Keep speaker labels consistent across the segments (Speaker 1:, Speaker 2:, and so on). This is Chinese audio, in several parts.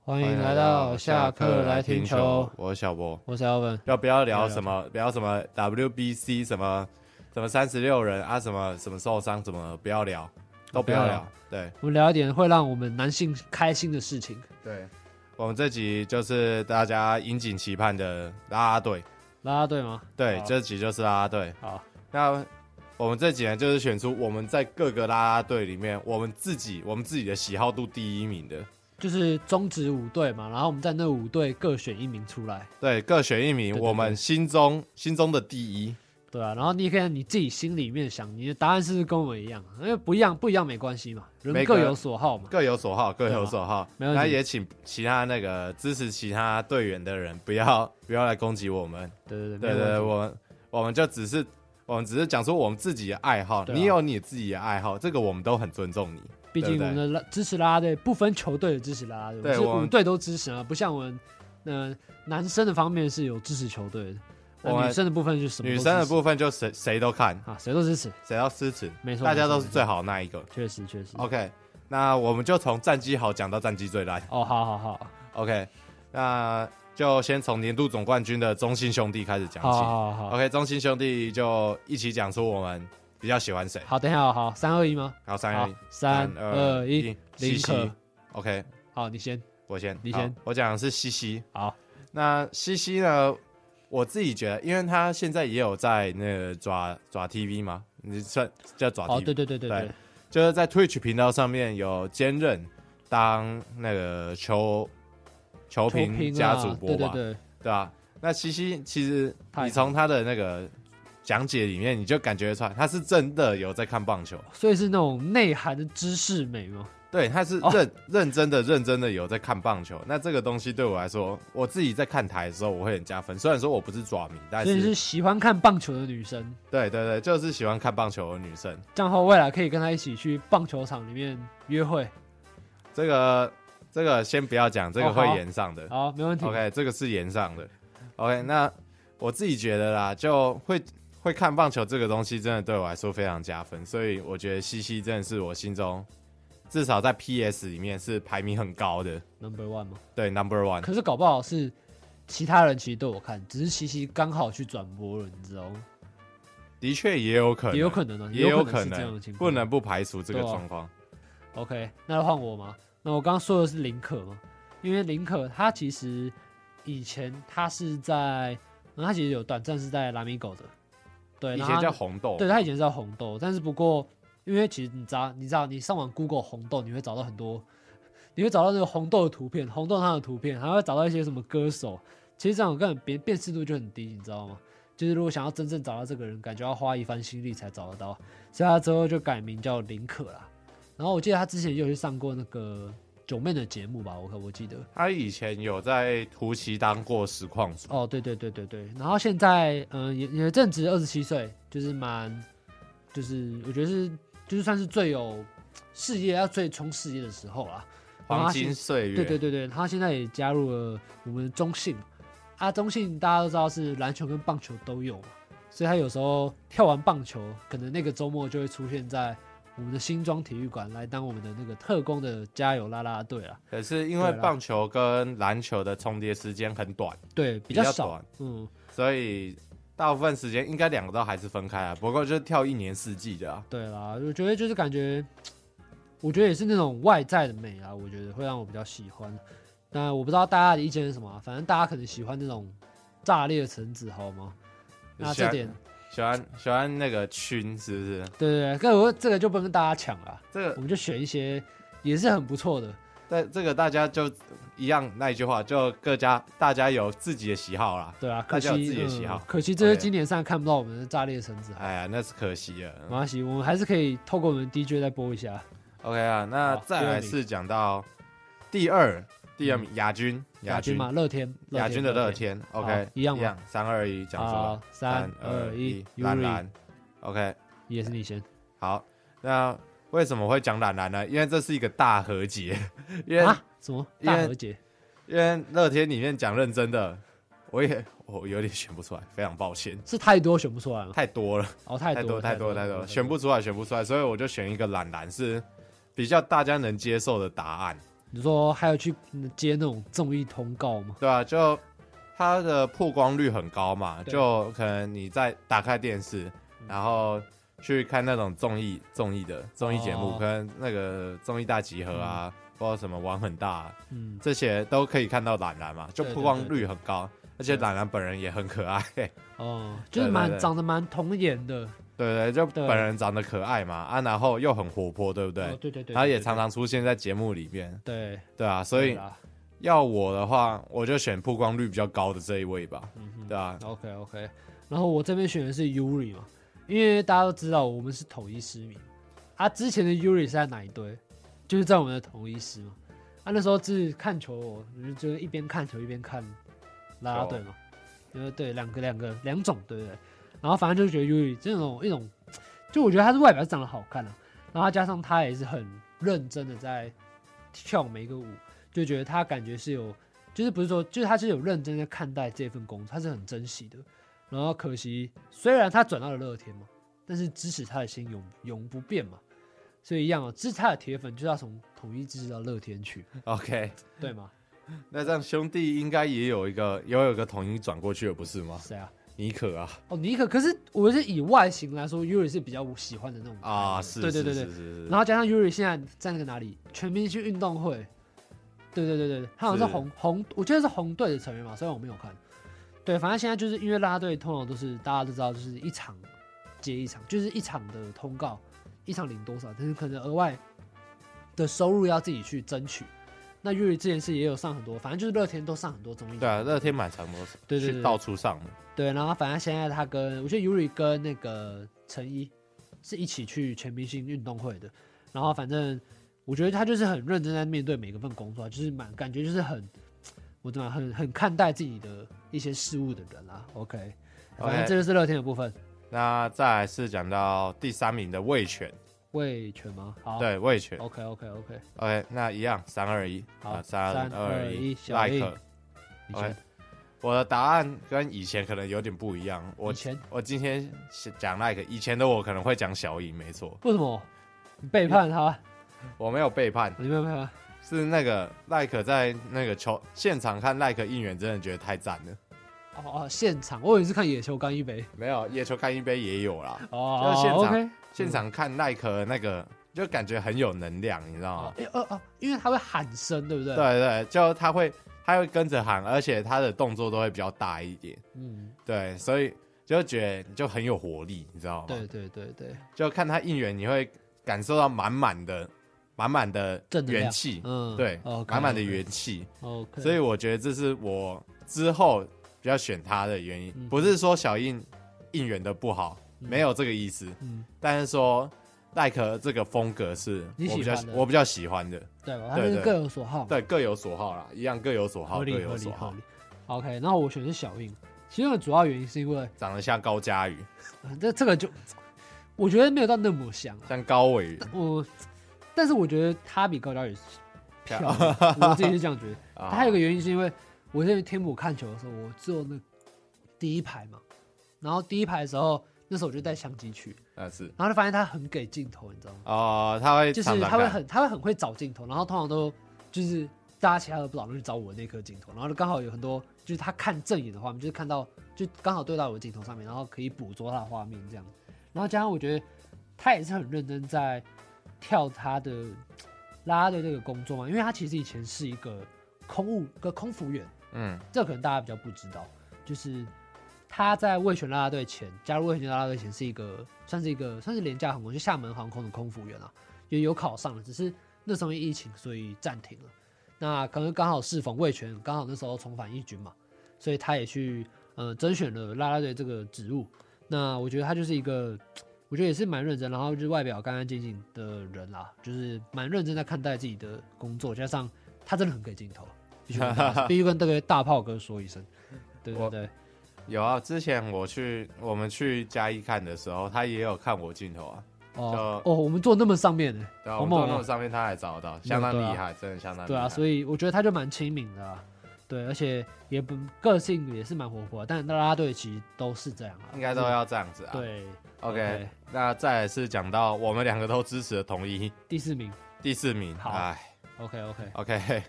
Speaker 1: 欢迎来到下课来听球，
Speaker 2: 我是小波。
Speaker 1: 我是 Alvin。
Speaker 2: 要不要聊什么？聊什么 WBC 什么什么三十六人啊？什么什么受伤？怎么不要聊？都不要
Speaker 1: 不要
Speaker 2: 聊
Speaker 1: 聊。
Speaker 2: 对
Speaker 1: 我们聊一点会让我们男性开心的事情。
Speaker 2: 对，我们这集就是大家引颈期盼的啦啦队。
Speaker 1: 啦啦队吗？
Speaker 2: 对，
Speaker 1: 好
Speaker 2: 这集就是啦啦队。
Speaker 1: 好，
Speaker 2: 那我们这几年就是选出我们在各个啦啦队里面，我们自己我们自己的喜好度第一名的，
Speaker 1: 就是中职五队嘛，然后我们在那五队各选一名出来，
Speaker 2: 对，各选
Speaker 1: 对
Speaker 2: 一名，
Speaker 1: 对
Speaker 2: 我们心中心中的第一。
Speaker 1: 对啊，然后你也可以在你自己心里面想，你的答案是不是跟我们一样？啊因为不一样不一样没关系嘛，人
Speaker 2: 每
Speaker 1: 各
Speaker 2: 个
Speaker 1: 有所好嘛。
Speaker 2: 各有所好，各有所好。
Speaker 1: 啊没问题
Speaker 2: 那也请其他那个支持其他队员的人不要 不要来攻击我们。
Speaker 1: 对对
Speaker 2: 对
Speaker 1: 对，没问
Speaker 2: 对，对
Speaker 1: 题
Speaker 2: 我们我们就只是我们只是讲出我们自己的爱好，
Speaker 1: 对啊
Speaker 2: 你有你自己的爱好，这个我们都很尊重你。
Speaker 1: 毕竟我
Speaker 2: 对
Speaker 1: 们
Speaker 2: 不对
Speaker 1: 的拉支持啦啦队不分球队的支持啦啦队，
Speaker 2: 对
Speaker 1: 我们
Speaker 2: 我
Speaker 1: 是
Speaker 2: 们
Speaker 1: 五队都支持啊，不像我们，呃，男生的方面是有支持球队的，
Speaker 2: 我
Speaker 1: 那
Speaker 2: 们
Speaker 1: 女生的部分就是什么都
Speaker 2: 女
Speaker 1: 支持？
Speaker 2: 生的部分就谁谁都看，
Speaker 1: 啊，谁都支持，
Speaker 2: 谁要支持，
Speaker 1: 没错
Speaker 2: 大家
Speaker 1: 没错
Speaker 2: 都是最好的那一个。
Speaker 1: 确实确实。
Speaker 2: OK，那我们就从战绩好讲到战绩最烂。
Speaker 1: 哦，好好好，
Speaker 2: OK，那就先从年度总冠军的中信兄弟开始讲
Speaker 1: 好
Speaker 2: 起。
Speaker 1: 好好好
Speaker 2: OK，中信兄弟就一起讲出我们比较喜欢谁。
Speaker 1: 好，等一下，好，三二一吗？
Speaker 2: 好，三
Speaker 1: 好
Speaker 2: 二一，，
Speaker 1: 三二一，林
Speaker 2: 西
Speaker 1: 可
Speaker 2: 西。OK，
Speaker 1: 好，你先，
Speaker 2: 我先，
Speaker 1: 你先
Speaker 2: 好，我讲的是西西。
Speaker 1: 好，
Speaker 2: 那西西呢？我自己觉得，因为他现在也有在那个抓抓 TV 嘛，你算叫抓 TV，、
Speaker 1: 哦，对对对对对
Speaker 2: 对，就是在 Twitch 频道上面有兼任当那个球球
Speaker 1: 投
Speaker 2: 评
Speaker 1: 屏
Speaker 2: 加
Speaker 1: 啊，
Speaker 2: 主播
Speaker 1: 对对
Speaker 2: 吧，
Speaker 1: 对，
Speaker 2: 对吧、那西西其实
Speaker 1: 太
Speaker 2: 你从他的那个讲解里面，你就感觉出来，他是真的有在看棒球，
Speaker 1: 所以是那种内涵的知识美吗？
Speaker 2: 对，他是
Speaker 1: 哦
Speaker 2: 认、认真的、认真的有在看棒球。那这个东西对我来说，我自己在看台的时候，我会很加分。虽然说我不是爪迷，但
Speaker 1: 所以
Speaker 2: 是
Speaker 1: 是喜欢看棒球的女生，
Speaker 2: 对对对，就是喜欢看棒球的女生。
Speaker 1: 这样后未来可以跟她一起去棒球场里面约会。
Speaker 2: 这个这个先不要讲，这
Speaker 1: 哦
Speaker 2: 个会
Speaker 1: 好
Speaker 2: 延上的。
Speaker 1: 好，没问题。
Speaker 2: OK，这个是延上的。OK，那我自己觉得啦，就会会看棒球这个东西，真的对我来说非常加分。所以我觉得西西真的是我心中至少在 PS 里面是排名很高的，
Speaker 1: Number one 吗？
Speaker 2: 对 Number One。
Speaker 1: 可是搞不好是其他人其实都有看，只是西西刚好去转播了，你知道吗？
Speaker 2: 的确也有可能，
Speaker 1: 也有可能啊，
Speaker 2: 也
Speaker 1: 有
Speaker 2: 可
Speaker 1: 是这样
Speaker 2: 能
Speaker 1: 的情，
Speaker 2: 不
Speaker 1: 况。
Speaker 2: 能不排除这个
Speaker 1: 对啊
Speaker 2: 状况。
Speaker 1: OK，那换我吗？那我刚刚说的是林可嘛，因为林可他其实以前他是在，嗯他其实有短暂是在拉米狗的，对，
Speaker 2: 以
Speaker 1: 然后
Speaker 2: 前
Speaker 1: 他
Speaker 2: 叫红豆，
Speaker 1: 对他以前是叫红豆，但是不过因为其实你知道，你知道你上网 Google 红豆，你会找到很多，你会找到那个红豆的图片，红豆他的图片，还会找到一些什么歌手，其实这样根本辨辨识度就很低，你知道吗？就是如果想要真正找到这个人，感觉要花一番心力才找得到，所以他之后就改名叫林可啦。然后我记得他之前也有去上过那个九妹的节目吧，我可我记得。
Speaker 2: 他以前有在图奇当过实况主，
Speaker 1: 哦，对对对对对，然后现在嗯也也正值二十七岁，就是蛮，就是我觉得是就是算是最有事业要最冲事业的时候啦。然后
Speaker 2: 黄
Speaker 1: 他现
Speaker 2: 金岁月，
Speaker 1: 对对对对，他现在也加入了我们中信啊，中信大家都知道是篮球跟棒球都有嘛，所以他有时候跳完棒球，可能那个周末就会出现在我们的新庄体育馆来当我们的那个特工的加油啦啦队啦。
Speaker 2: 可是因为
Speaker 1: 对啦
Speaker 2: 棒球跟篮球的重叠时间很短，
Speaker 1: 对，比
Speaker 2: 较
Speaker 1: 较少，
Speaker 2: 短，
Speaker 1: 嗯，
Speaker 2: 所以大部分时间应该两个都还是分开啊。不过就是跳一年四季的啊。
Speaker 1: 对啦，我觉得就是感觉，我觉得也是那种外在的美啊，我觉得会让我比较喜欢。那我不知道大家的意见是什么啊、反正大家可能喜欢那种炸裂的橙子，好吗？那
Speaker 2: 喜
Speaker 1: 啊这
Speaker 2: 欢
Speaker 1: 点，
Speaker 2: 喜欢喜欢那个熏是不是？
Speaker 1: 对对对，跟我这个就不跟大家抢了啊，
Speaker 2: 这个
Speaker 1: 我们就选一些也是很不错的。
Speaker 2: 但这个大家就一样那一句话，就各家大家有自己的喜好啦。
Speaker 1: 对啊，可
Speaker 2: 大
Speaker 1: 惜
Speaker 2: 家有自己的喜好
Speaker 1: 嗯可惜这些
Speaker 2: OK
Speaker 1: 经典上看不到我们的炸裂橙子。
Speaker 2: 哎呀，那是可惜了
Speaker 1: 没。关系，我们还是可以透过我们 DJ 再播一下。
Speaker 2: OK 啊，那
Speaker 1: 好
Speaker 2: 再
Speaker 1: 第二
Speaker 2: 来
Speaker 1: 名嗯
Speaker 2: 是讲到第二第二名亚军，
Speaker 1: 亚军
Speaker 2: 军
Speaker 1: 嘛，乐天，
Speaker 2: 亚军的乐
Speaker 1: 乐，
Speaker 2: 天
Speaker 1: 好
Speaker 2: ，OK
Speaker 1: 一样吗
Speaker 2: 一样，三二一讲什么
Speaker 1: 好？，三二一，
Speaker 2: 蓝
Speaker 1: Yuri，
Speaker 2: 蓝，OK
Speaker 1: 也是你先。
Speaker 2: 好，那为什么会讲蓝蓝呢？因为这是一个大和解，因为
Speaker 1: 啊？什么
Speaker 2: 因为
Speaker 1: 大和解？
Speaker 2: 因为乐天里面讲认真的，我也我有点选不出来，非常抱歉，
Speaker 1: 是太多选不出来吗？
Speaker 2: 太多了，
Speaker 1: 哦，太
Speaker 2: 多
Speaker 1: 多
Speaker 2: 太
Speaker 1: 多
Speaker 2: 多太多，选不出来选不出来，所以我就选一个蓝蓝是比较大家能接受的答案。
Speaker 1: 你说还有去嗯接那种综艺通告吗？
Speaker 2: 对啊，就它的曝光率很高嘛，
Speaker 1: 对嗯
Speaker 2: 就可能你在打开电视，然后去看那种综艺综艺的综艺节目，
Speaker 1: 哦
Speaker 2: 可能那个综艺大集合啊，或者什么玩很大啊、
Speaker 1: 嗯，
Speaker 2: 这些都可以看到懒懒嘛，就
Speaker 1: 对对
Speaker 2: 曝光率很高，而且懒懒本人也很可爱，对
Speaker 1: 哦，就是
Speaker 2: 对对
Speaker 1: 蛮
Speaker 2: 对
Speaker 1: 长得蛮童颜的，
Speaker 2: 对，就
Speaker 1: 对
Speaker 2: 本人长得可爱嘛，啊，然后又很活泼，对不对？
Speaker 1: 哦对对对，
Speaker 2: 然后也
Speaker 1: 对
Speaker 2: 常常出现在节目里面，
Speaker 1: 对，
Speaker 2: 对啊，所以
Speaker 1: 对啦
Speaker 2: 要我的话，我就选曝光率比较高的这一位吧，对啊，
Speaker 1: OK OK，然后我这边选的是 Yuri 嘛，因为大家都知道我们是统一失明，啊，之前的 Yuri 是在哪一队？就是在我们的统一师嘛。啊，那时候是看球，就是一边看球一边看啦啦队嘛，因为对两个两个两种，对不对？然后反正就觉得 Yuri 这种一种，就我觉得他是外表长得好看啊，然后加上他也是很认真的在跳每一个舞，就觉得他感觉是有，就是不是说，就是他是有认真的看待这份工作，他是很珍惜的。然后可惜，虽然他转到了乐天嘛，但是支持他的心永永不变嘛，所以一样哦，支持他的铁粉就是要从统一支持到乐天去，
Speaker 2: 嗯 OK，
Speaker 1: 对吗？
Speaker 2: 那这样兄弟应该也有一个，也有一个统一转过去的，不是吗？
Speaker 1: 谁啊？
Speaker 2: 尼可啊，
Speaker 1: 哦，尼克，可是我是以外形来说，Yuri 是比较喜欢的那种
Speaker 2: 啊，
Speaker 1: 风
Speaker 2: 是，
Speaker 1: 格对对对
Speaker 2: 是
Speaker 1: 对
Speaker 2: 是。是
Speaker 1: 然
Speaker 2: 是，
Speaker 1: 后加上 Yuri 现在在那个哪里全明星运动会，对对对对对，他好像是
Speaker 2: 是
Speaker 1: 红红，我记得是红队的成员嘛，虽然我没有看。对，反正现在就是因为啦啦队通常都是大家都知道，就是一场接一场，就是一场的通告，一场领多少，但是可能额外的收入要自己去争取。那 Yuri 之前是也有上很多，反正就是乐天都上很多综艺节目。
Speaker 2: 对啊，乐天蛮长的，
Speaker 1: 对对对
Speaker 2: 去到处上的，
Speaker 1: 对，然后反正现在他跟我觉得 Yuri 跟那个陈一是一起去全明星运动会的，然后反正我觉得他就是很认真在面对每个份工作啊，就是蛮感觉就是很我怎么讲很很看待自己的一些事物的人啦、OK，反正
Speaker 2: OK
Speaker 1: 这就是乐天的部分，
Speaker 2: 那再来是讲到第三名的魏犬，
Speaker 1: 魏全吗？好，
Speaker 2: 对魏犬
Speaker 1: ，OK OK OK，
Speaker 2: ，OK，那一样三二一，
Speaker 1: 好
Speaker 2: 啊，三二一
Speaker 1: 3-2-1
Speaker 2: ，like。
Speaker 1: 你
Speaker 2: OK
Speaker 1: 先，
Speaker 2: 我的答案跟以前可能有点不一样，我
Speaker 1: 以前
Speaker 2: 我今天讲 like，以前的我可能会讲小颖，没错，
Speaker 1: 为什么你背叛他？
Speaker 2: 我没有背叛，
Speaker 1: 你没有背叛？
Speaker 2: 是那个赖可在那个球现场看赖可应援，真的觉得太赞了。
Speaker 1: 哦哦，现场我以为是看野球干一杯
Speaker 2: 没有野球看一杯也有啦，
Speaker 1: 哦
Speaker 2: 就是现场
Speaker 1: o k
Speaker 2: 现场看赖可那个就感觉很有能量，你知道
Speaker 1: 哦
Speaker 2: 吗？，
Speaker 1: 哎哦哦，因为他会喊声，对不对？
Speaker 2: 啊对，对，就他会他会跟着喊，而且他的动作都会比较大一点，
Speaker 1: 嗯，
Speaker 2: 对，所以就觉得就很有活力，你知道吗？
Speaker 1: 对，对对对，
Speaker 2: 就看他应援，你会感受到满满的满满的
Speaker 1: 正能量
Speaker 2: 元气，
Speaker 1: 嗯，
Speaker 2: 对，
Speaker 1: OK，
Speaker 2: 满满的元气。
Speaker 1: ，OK，
Speaker 2: 所以我觉得这是我之后比较选他的原因，
Speaker 1: 嗯
Speaker 2: 不是说小应应援的不好，
Speaker 1: 嗯
Speaker 2: 没有这个意思，
Speaker 1: 嗯，
Speaker 2: 但是说赖可这个风格是
Speaker 1: 你
Speaker 2: 我比
Speaker 1: 喜
Speaker 2: 较
Speaker 1: 欢的
Speaker 2: 我比较喜欢的，
Speaker 1: 对吧？他
Speaker 2: 对
Speaker 1: 们是
Speaker 2: 对
Speaker 1: 各有所好，，
Speaker 2: 对，各有所好啦，一样各有所好，
Speaker 1: 合
Speaker 2: 各
Speaker 1: 理合
Speaker 2: 有
Speaker 1: 理
Speaker 2: 所
Speaker 1: 合
Speaker 2: 好
Speaker 1: 理。。OK，然后我选的是小印，其中的主要原因是因为
Speaker 2: 长得像高佳宇，
Speaker 1: 呃这这个就我觉得没有到那么像啊，
Speaker 2: 像高伟宇
Speaker 1: 我但是我觉得他比高佳宇漂 亮，我自己是这样觉得。
Speaker 2: 啊
Speaker 1: 还有一个原因是因为我在天母看球的时候，我坐那第一排嘛，然后第一排的时候，那时候我就带相机去，
Speaker 2: 那是
Speaker 1: 然后就发现他很给镜头，你知道吗？
Speaker 2: 哦，他会
Speaker 1: 就是
Speaker 2: 常常
Speaker 1: 他会
Speaker 2: 看
Speaker 1: 很他会很会找镜头，然后通常都就是大家其他的不找，都去找我那颗镜头，然后就刚好有很多就是他看正眼的画面，就是看到就刚好对到我的镜头上面，然后可以捕捉他的画面这样。然后加上我觉得他也是很认真在跳他的啦啦队这个工作嘛，因为他其实以前是一个空务个空服员，
Speaker 2: 嗯
Speaker 1: 这可能大家比较不知道，就是他在味全啦啦队前加入味全啦啦队前是一个算是一个算是廉价航空，就厦门航空的空服员啊，也有考上了，只是那时候因为疫情所以暂停了。那可能刚好适逢味全刚好那时候重返一军嘛，所以他也去呃甄选了啦啦队这个职务。那我觉得他就是一个，我觉得也是蛮认真，然后就是外表干干净净的人啦，就是蛮认真在看待自己的工作，加上他真的很给镜头，必须跟大家必须跟这个大炮哥说一声，对对
Speaker 2: 我
Speaker 1: 对，
Speaker 2: 有啊，之前我去我们去嘉义看的时候，他也有看我镜头啊，
Speaker 1: 哦哦，我们坐那么上面呢，
Speaker 2: 对啊，
Speaker 1: 好
Speaker 2: 我们
Speaker 1: 猛
Speaker 2: 动
Speaker 1: 哦
Speaker 2: 作上面他还找得到，相当
Speaker 1: 对啊
Speaker 2: 厉害，真的相当厉害。
Speaker 1: 对啊，所以我觉得他就蛮亲民的啦，对，而且也不个性也是蛮活泼的，但啦啦队其实都是这样啊，
Speaker 2: 应该都要这样子啊。
Speaker 1: 对
Speaker 2: OK，, 那再来是讲到我们两个都支持的统一
Speaker 1: 第四名，
Speaker 2: 第四名，
Speaker 1: 好
Speaker 2: 哎，
Speaker 1: OK OK，
Speaker 2: OK，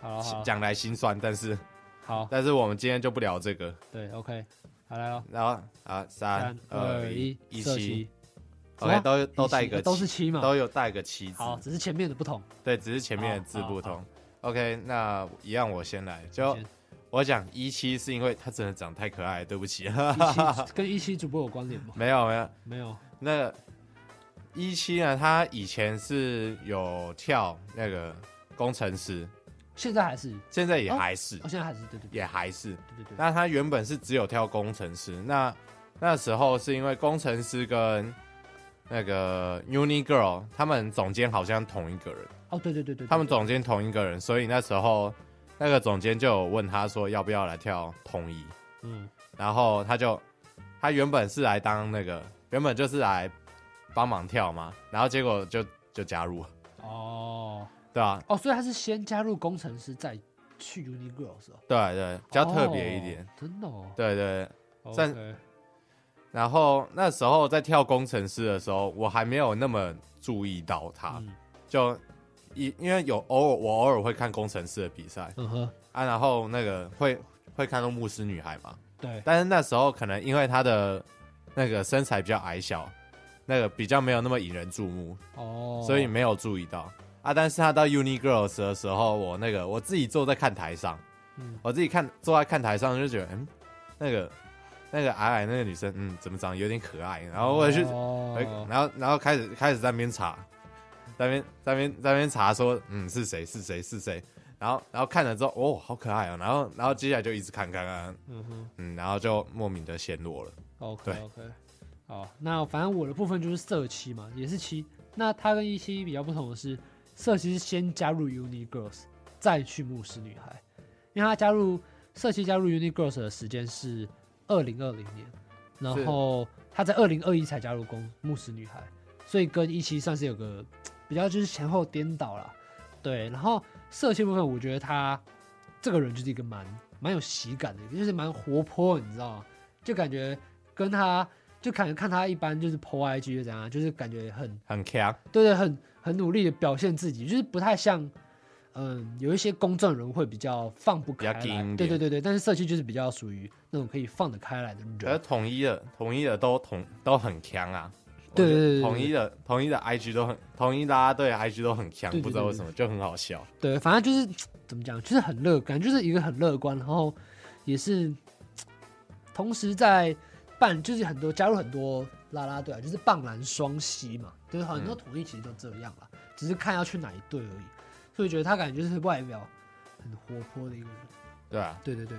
Speaker 1: 好了好了，
Speaker 2: 讲来心酸，但是
Speaker 1: 好
Speaker 2: 但是我们今天就不聊这个。
Speaker 1: 对 OK，好来哦，
Speaker 2: 然后啊，三
Speaker 1: 三
Speaker 2: 二
Speaker 1: 二
Speaker 2: 一
Speaker 1: 一，，
Speaker 2: 一
Speaker 1: 射
Speaker 2: 七
Speaker 1: 七，什
Speaker 2: ，OK，
Speaker 1: 么
Speaker 2: 都都带一
Speaker 1: 一呃
Speaker 2: 个
Speaker 1: 都是
Speaker 2: 七
Speaker 1: 七嘛，
Speaker 2: 都有带一个七字，
Speaker 1: 好，只是前面的不 同。
Speaker 2: 对，只是前面的
Speaker 1: 好
Speaker 2: 字
Speaker 1: 好
Speaker 2: 不
Speaker 1: 好
Speaker 2: 同。OK，那一样我先来，就
Speaker 1: 先
Speaker 2: 我讲一七是因为他真的长太可爱，对不起，
Speaker 1: 一期跟一期主播有关联吗？
Speaker 2: 没有没有，
Speaker 1: 没有，
Speaker 2: 那一七呢，他以前是有跳那个工程师，
Speaker 1: 现在还是，
Speaker 2: 现在也
Speaker 1: 哦
Speaker 2: 还是、
Speaker 1: 哦，现在还是，对对对
Speaker 2: 也还是，
Speaker 1: 对对对，
Speaker 2: 那他原本是只有跳工程师，那那时候是因为工程师跟那个 Uni Girl 他们总监好像同一个人，
Speaker 1: 哦对对对对，
Speaker 2: 他们
Speaker 1: 对
Speaker 2: 总监同一个人，所以那时候那个总监就有问他说要不要来跳统一，
Speaker 1: 嗯
Speaker 2: 然后他就他原本是来当那个原本就是来帮忙跳嘛，然后结果就就加入，
Speaker 1: 哦
Speaker 2: 对啊，
Speaker 1: 哦，所以他是先加入工程师，再去 Uni Girls 哦，
Speaker 2: 对啊对，比较特别一点，
Speaker 1: 哦，真的哦，
Speaker 2: 对对对。算
Speaker 1: OK
Speaker 2: 然后那时候在跳工程师的时候，我还没有那么注意到他，
Speaker 1: 嗯
Speaker 2: 就一因为有偶尔我偶尔会看工程师的比赛
Speaker 1: 嗯哼，
Speaker 2: 啊，然后那个会会看到牧师女孩嘛，
Speaker 1: 对，
Speaker 2: 但是那时候可能因为她的那个身材比较矮小，那个比较没有那么引人注目，
Speaker 1: 哦，
Speaker 2: 所以没有注意到啊。但是她到 Uni Girls 的时候，我那个我自己坐在看台上，
Speaker 1: 嗯
Speaker 2: 我自己看坐在看台上就觉得，嗯，那个那个矮矮那个女生，嗯，怎么长得有点可爱，然后我也去。哎
Speaker 1: 哦，
Speaker 2: 然后然后开始开始在那边查，在那边在那边在那边查说，嗯，是谁是谁是谁，然后然后看了之后，哦，好可爱哦，然后然后接下来就一直看看看，
Speaker 1: 嗯哼
Speaker 2: 嗯，然后就莫名的陷落了。
Speaker 1: ，OK
Speaker 2: 对
Speaker 1: OK，好，那反正我的部分就是社七嘛，也是七，那他跟一期比较不同的是，社七是先加入 Uni Girls，再去牧师女孩，因为他加入社七加入 Uni Girls 的时间是二零二零年，然后他在二零二一才加入公牧师女孩，所以跟一期算是有个比较就是前后颠倒啦。对，然后社七部分，我觉得他这个人就是一个蛮蛮有喜感的，就是蛮活泼，你知道吗？就感觉跟他就感觉看他一般就是 PO IG 就怎样，就是感觉很
Speaker 2: 很强，
Speaker 1: 对对，很很努力的表现自己，就是不太像，嗯，有一些公众人物会比较放不开
Speaker 2: 比较硬一
Speaker 1: 来，
Speaker 2: 点
Speaker 1: 对对对对，但是社区就是比较属于那种可以放得开来的
Speaker 2: 可是
Speaker 1: 人，
Speaker 2: 统一的统一的都统都很强啊，
Speaker 1: 对
Speaker 2: 我觉得
Speaker 1: 对对对
Speaker 2: 统一的统一的 IG 都很统一啦，对 IG 都很强，
Speaker 1: 对对对
Speaker 2: 不知道为什么就很好笑。
Speaker 1: 对，反正就是怎么讲，就是很乐观，就是一个很乐观，然后也是同时在办，就是很多加入很多啦啦队啊，就是棒篮双栖嘛，就是很
Speaker 2: 嗯
Speaker 1: 多统一其实都这样啦，只是看要去哪一队而已，所以觉得他感觉就是外表很活泼的一个人，
Speaker 2: 对啊，
Speaker 1: 对对对，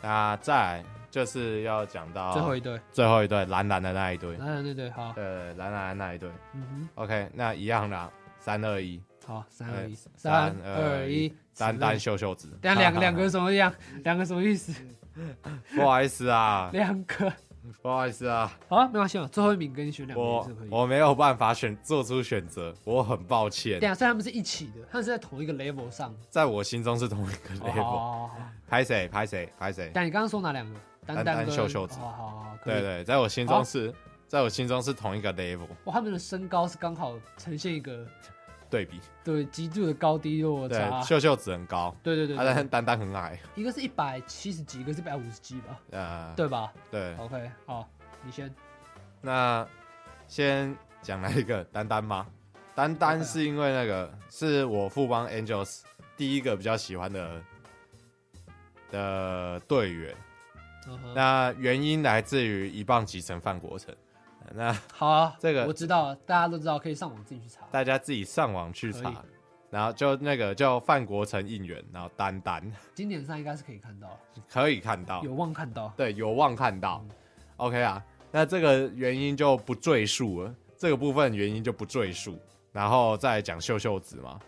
Speaker 2: 那再来就是要讲到
Speaker 1: 最后一队。
Speaker 2: 最后一对蓝蓝的那一对，
Speaker 1: 啊，对对，好，
Speaker 2: 对蓝蓝的那一对。
Speaker 1: 嗯
Speaker 2: OK，那一样啦，三二一，
Speaker 1: 哼，好，三
Speaker 2: 哎
Speaker 1: 二一，
Speaker 2: 三
Speaker 1: 三
Speaker 2: 二
Speaker 1: 二
Speaker 2: 一
Speaker 1: 一，
Speaker 2: 单单
Speaker 1: 此
Speaker 2: 秀秀子，
Speaker 1: 等下两个两个是
Speaker 2: 哈
Speaker 1: 什么样？两个什么意思？
Speaker 2: 哈，不好意思啊，
Speaker 1: 两个，
Speaker 2: 不好意思啊，
Speaker 1: 好啊，没关系嘛，最后一名跟你选两个也
Speaker 2: 我
Speaker 1: 是可以。
Speaker 2: 我没有办法选做出选择，我很抱歉
Speaker 1: 等，下，啊所以他们是一起的，他们是在同一个 level 上。
Speaker 2: 在我心中是同一个
Speaker 1: 哦好
Speaker 2: level，
Speaker 1: 好好好，
Speaker 2: 拍谁拍谁拍谁，
Speaker 1: 但你刚刚说哪两个？丹
Speaker 2: 丹丹
Speaker 1: 跟哦
Speaker 2: 秀秀子
Speaker 1: 好好好，可以
Speaker 2: 对。对，在我心中
Speaker 1: 好
Speaker 2: 是，在我心中是同一个 level
Speaker 1: 哇，他们的身高是刚好呈现一个
Speaker 2: 对比，
Speaker 1: 对极度的高低落差
Speaker 2: 对，。秀秀子很高，
Speaker 1: 对对对
Speaker 2: 啊但
Speaker 1: 对，
Speaker 2: 丹丹很矮，
Speaker 1: 一个是一百七十几，一个是一百五十几吧，
Speaker 2: 呃，
Speaker 1: 对吧
Speaker 2: 对，
Speaker 1: ？OK，好，你先。
Speaker 2: 那先讲来一个丹丹吗？丹丹是因为那个是我富邦 Angels 第一个比较喜欢的的队员，
Speaker 1: 嗯哼
Speaker 2: 那原因来自于一棒集成范国成，那
Speaker 1: 好啊，
Speaker 2: 这个
Speaker 1: 我知道，大家都知道，可以上网自己去查。
Speaker 2: 大家自己上网去
Speaker 1: 可以
Speaker 2: 查，然后就那个叫范国成应援，然后丹丹
Speaker 1: 经典上应该是可以看到，
Speaker 2: 可以看到，
Speaker 1: 有望看到。
Speaker 2: 对，有望看到。OK
Speaker 1: 嗯
Speaker 2: 啊，那这个原因就不赘述了，这个部分原因就不赘述，然后再来讲秀秀子嘛。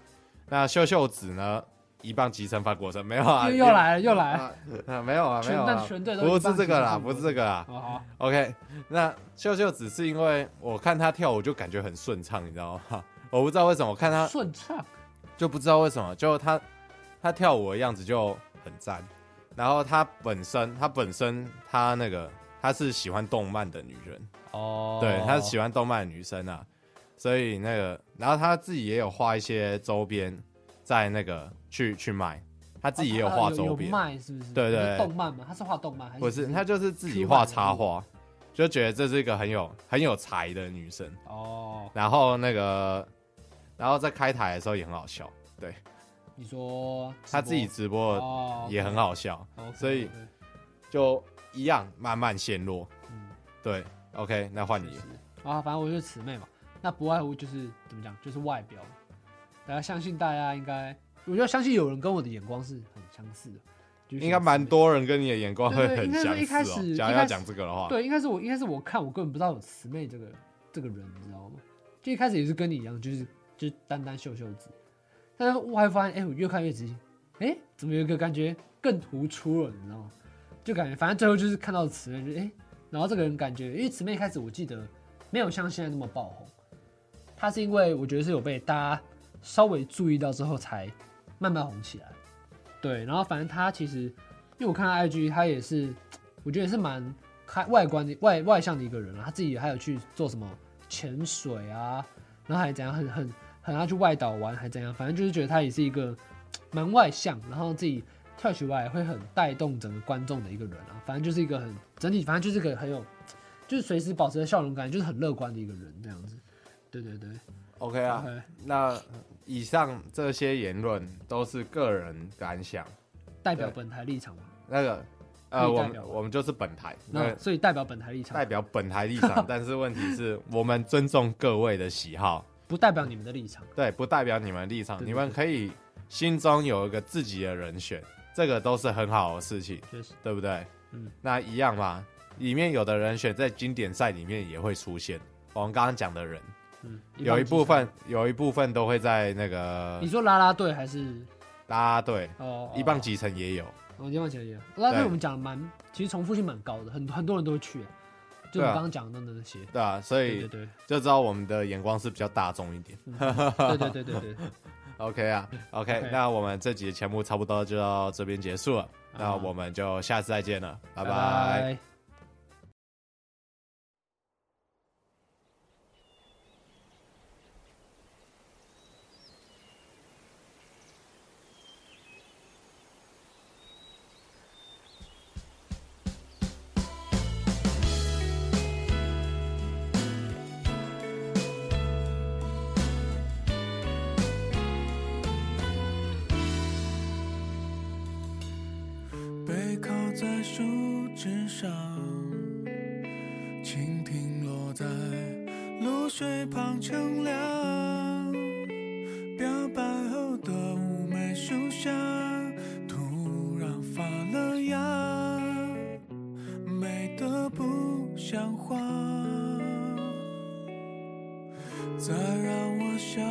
Speaker 2: 那秀秀子呢，一棒集成翻国生没有啊？
Speaker 1: 又又来了，又来了。
Speaker 2: 啊 啊没有啊，没
Speaker 1: 全
Speaker 2: 有
Speaker 1: 那
Speaker 2: 啊，
Speaker 1: 全队都
Speaker 2: 不
Speaker 1: 一棒
Speaker 2: 是
Speaker 1: 集
Speaker 2: 这
Speaker 1: 成
Speaker 2: 个啦，
Speaker 1: 范
Speaker 2: 不
Speaker 1: 国
Speaker 2: 是这个啦。
Speaker 1: 好哦好，
Speaker 2: OK，那秀秀子是因为我看她跳舞就感觉很顺畅，你知道吗？ 我不知道为什么，我看她
Speaker 1: 顺畅。
Speaker 2: 就不知道为什么，就他他跳舞的样子就很赞，然后他本身他本身他那个他是喜欢动漫的女人，
Speaker 1: 哦
Speaker 2: 对，他是喜欢动漫的女生啊，所以那个然后他自己也有画一些周边，在那个去去卖，他自己
Speaker 1: 哦
Speaker 2: 也有画周边，
Speaker 1: 卖是不是？
Speaker 2: 对对
Speaker 1: 你说动漫嘛，他是画动漫还是？
Speaker 2: 不是，她就是自己画插画，就觉得这是一个很有很有才的女生。
Speaker 1: 哦，
Speaker 2: 然后那个，然后在开台的时候也很好笑，
Speaker 1: 你说
Speaker 2: 她自己直播
Speaker 1: 哦
Speaker 2: 也很好笑，
Speaker 1: OK，
Speaker 2: 所以
Speaker 1: OK，
Speaker 2: 就一样慢慢陷落。
Speaker 1: 嗯，
Speaker 2: 对，OK，那换你
Speaker 1: 是。啊，反正我就是慈妹嘛，那不外乎就是怎么讲，就是外表。大家相信大家应该，我就相信有人跟我的眼光是很相似的，就是
Speaker 2: 应该蛮
Speaker 1: 慈妹。
Speaker 2: 多人跟你的眼光会
Speaker 1: 对对
Speaker 2: 很
Speaker 1: 应该
Speaker 2: 相
Speaker 1: 说一开
Speaker 2: 似
Speaker 1: 始
Speaker 2: 哦。假如
Speaker 1: 一
Speaker 2: 要
Speaker 1: 开
Speaker 2: 讲这个的话，
Speaker 1: 对，应该是我，应该是我看我根本不知道有慈妹这个这个人，你知道吗？就一开始也是跟你一样，就是就是单单秀秀子，但是我还发现，哎、我越看越仔细，哎、怎么有一个感觉更突出了，你知道吗？就感觉反正最后就是看到慈妹，就哎、然后这个人感觉，因为慈妹一开始我记得没有像现在那么爆红，她是因为我觉得是有被大家稍微注意到之后才慢慢红起来，对，然后反正她其实，因为我看她 IG，她也是，我觉得也是蛮开外观的外外向的一个人啊，他自己还有去做什么潜水啊，然后还怎样，很很很要去外岛玩，还怎样，反正就是觉得他也是一个嘖蛮外向，然后自己跳起来会很带动整个观众的一个人啊，反正就是一个很整体，反正就是个很有，嘖就是随时保持着笑容感，就是很乐观的一个人这样子。对对对，
Speaker 2: OK 啊，
Speaker 1: OK
Speaker 2: 那以上这些言论都是个人感想。
Speaker 1: 代表
Speaker 2: 对
Speaker 1: 本台立场嘛，
Speaker 2: 那个，呃，
Speaker 1: 可以
Speaker 2: 我
Speaker 1: 代
Speaker 2: 们
Speaker 1: 表吗
Speaker 2: 我们就是本台，那
Speaker 1: 那所以代表本台立场
Speaker 2: 代，表本台立场。但是问题是我们尊重各位的喜好，
Speaker 1: 不代表你们的立场。
Speaker 2: 对，不代表你们立场。
Speaker 1: 对对
Speaker 2: 你们可以心中有一个自己的人选，这个都是很好的事情，
Speaker 1: 确实，
Speaker 2: 对不对？
Speaker 1: 嗯，
Speaker 2: 那一样嘛，里面有的人选在经典赛里面也会出现。我们刚刚讲的人，
Speaker 1: 嗯，
Speaker 2: 有一
Speaker 1: 般之
Speaker 2: 部
Speaker 1: 上，
Speaker 2: 分有一部分都会在那个
Speaker 1: 你说啦啦队还是
Speaker 2: 啦啦队、
Speaker 1: 哦，
Speaker 2: 一
Speaker 1: 哦
Speaker 2: 棒集成也有。
Speaker 1: 哦，一棒球也，那
Speaker 2: 对
Speaker 1: 对我们讲的蛮，其实重复性蛮高的，很很多人都会去，就
Speaker 2: 对
Speaker 1: 我
Speaker 2: 啊
Speaker 1: 刚刚讲的那些。
Speaker 2: 对啊，所
Speaker 1: 对
Speaker 2: 以
Speaker 1: 对对
Speaker 2: 就知道我们的眼光是比较大众一点。
Speaker 1: 对对对对 对，
Speaker 2: OK 啊，OK，,
Speaker 1: OK
Speaker 2: 那我们这集的节目差不多就到这边结束了，那
Speaker 1: 啊
Speaker 2: 我们就下次再见了，拜拜。
Speaker 1: 拜。
Speaker 3: 背靠在树枝上，蜻蜓落在露水旁乘凉。表白后的妩媚树下，突然发了芽，美得不像话。再让我想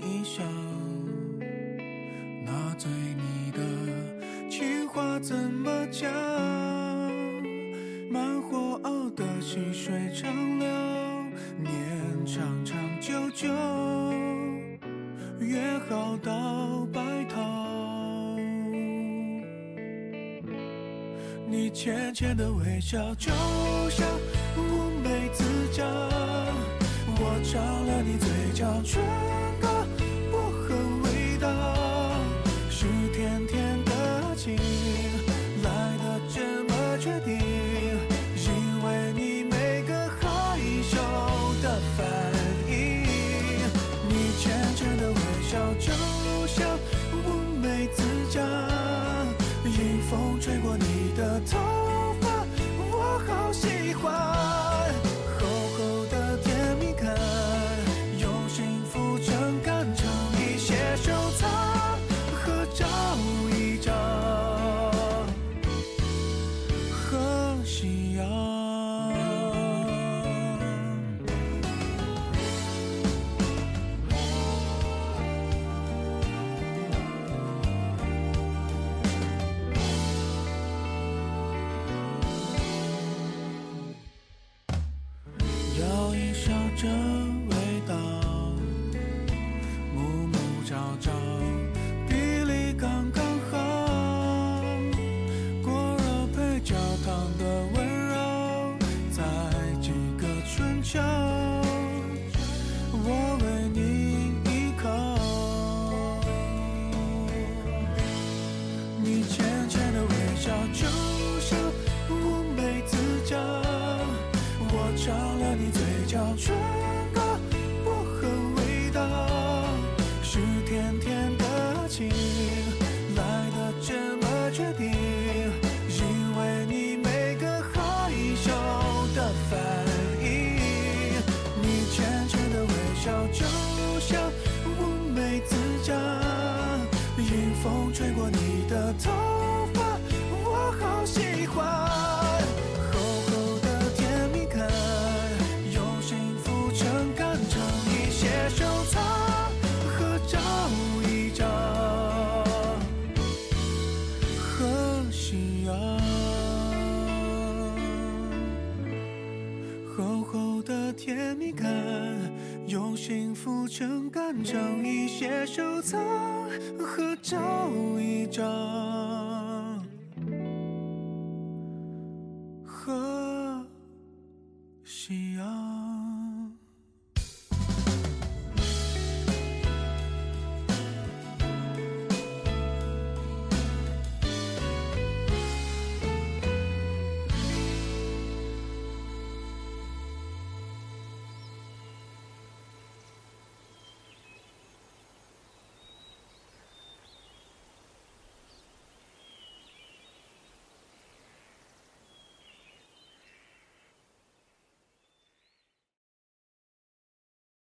Speaker 3: 一想，那对你的。情话怎么讲？慢火熬的细水长流，念长长久久，约好到白头。你浅浅的微笑，就像乌梅子酱，我尝了你嘴角唇膏薄荷味道，是甜甜的情来的这么确定，因为你每个害羞的反应，你浅浅的微笑，就像乌梅子酱。迎风吹过你的头发，我好喜欢。厚厚的甜蜜感，用幸福撑杆，成一些收藏合照一张，和夕阳。决定，因为你每个害羞的反应，你浅浅的微笑就像乌梅子酱，迎风吹过你的头发，我好喜欢。厚厚的甜蜜感，用幸福撑杆成一些收藏合照一张。和夕阳，厚厚的甜蜜感，用幸福撑杆成一些收藏，合照一张。